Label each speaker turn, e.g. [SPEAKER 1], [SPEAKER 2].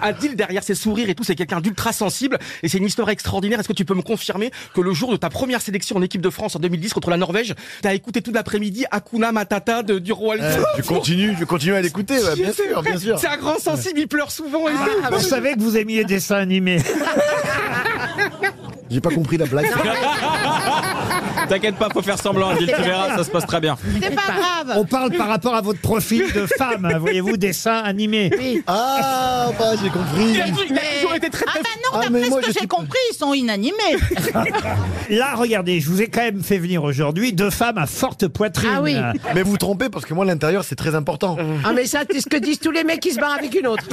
[SPEAKER 1] Adil, derrière ses sourires et tout, c'est quelqu'un d'ultra sensible. Et c'est une histoire extraordinaire. Est-ce que tu peux me confirmer que le jour de ta première sélection en équipe de France en 2010 contre la Norvège, t'as écouté toute l'après-midi Akuna Matata de, du roi
[SPEAKER 2] Euh, je continue, je continue à l'écouter, bah, bien sûr, bien sûr. Ah,
[SPEAKER 1] C'est un grand sensible, il pleure souvent. et tout.
[SPEAKER 3] Vous savez que vous aimiez les dessins animés.
[SPEAKER 2] J'ai pas compris la blague. ah,
[SPEAKER 4] T'inquiète pas, faut faire semblant, Adil, tu verras, ça se passe très bien.
[SPEAKER 5] C'est pas grave.
[SPEAKER 2] Oh,
[SPEAKER 3] On parle par rapport à votre profil de femme, hein, voyez-vous, dessin animé.
[SPEAKER 2] Ah, bah j'ai compris.
[SPEAKER 1] Il a toujours- il a toujours été très
[SPEAKER 5] Ah
[SPEAKER 1] très
[SPEAKER 5] bah
[SPEAKER 2] Ah,
[SPEAKER 5] non,
[SPEAKER 2] mais
[SPEAKER 5] d'après
[SPEAKER 2] moi, je
[SPEAKER 5] ce que
[SPEAKER 2] suis-
[SPEAKER 5] j'ai compris, ils sont inanimés.
[SPEAKER 3] Là, regardez, je vous ai quand même fait venir aujourd'hui deux femmes à forte poitrine.
[SPEAKER 6] Ah oui.
[SPEAKER 2] Mais vous vous trompez parce que moi l'intérieur c'est très important.
[SPEAKER 6] Ah mais ça, c'est ce que disent tous les mecs qui se barrent avec une autre.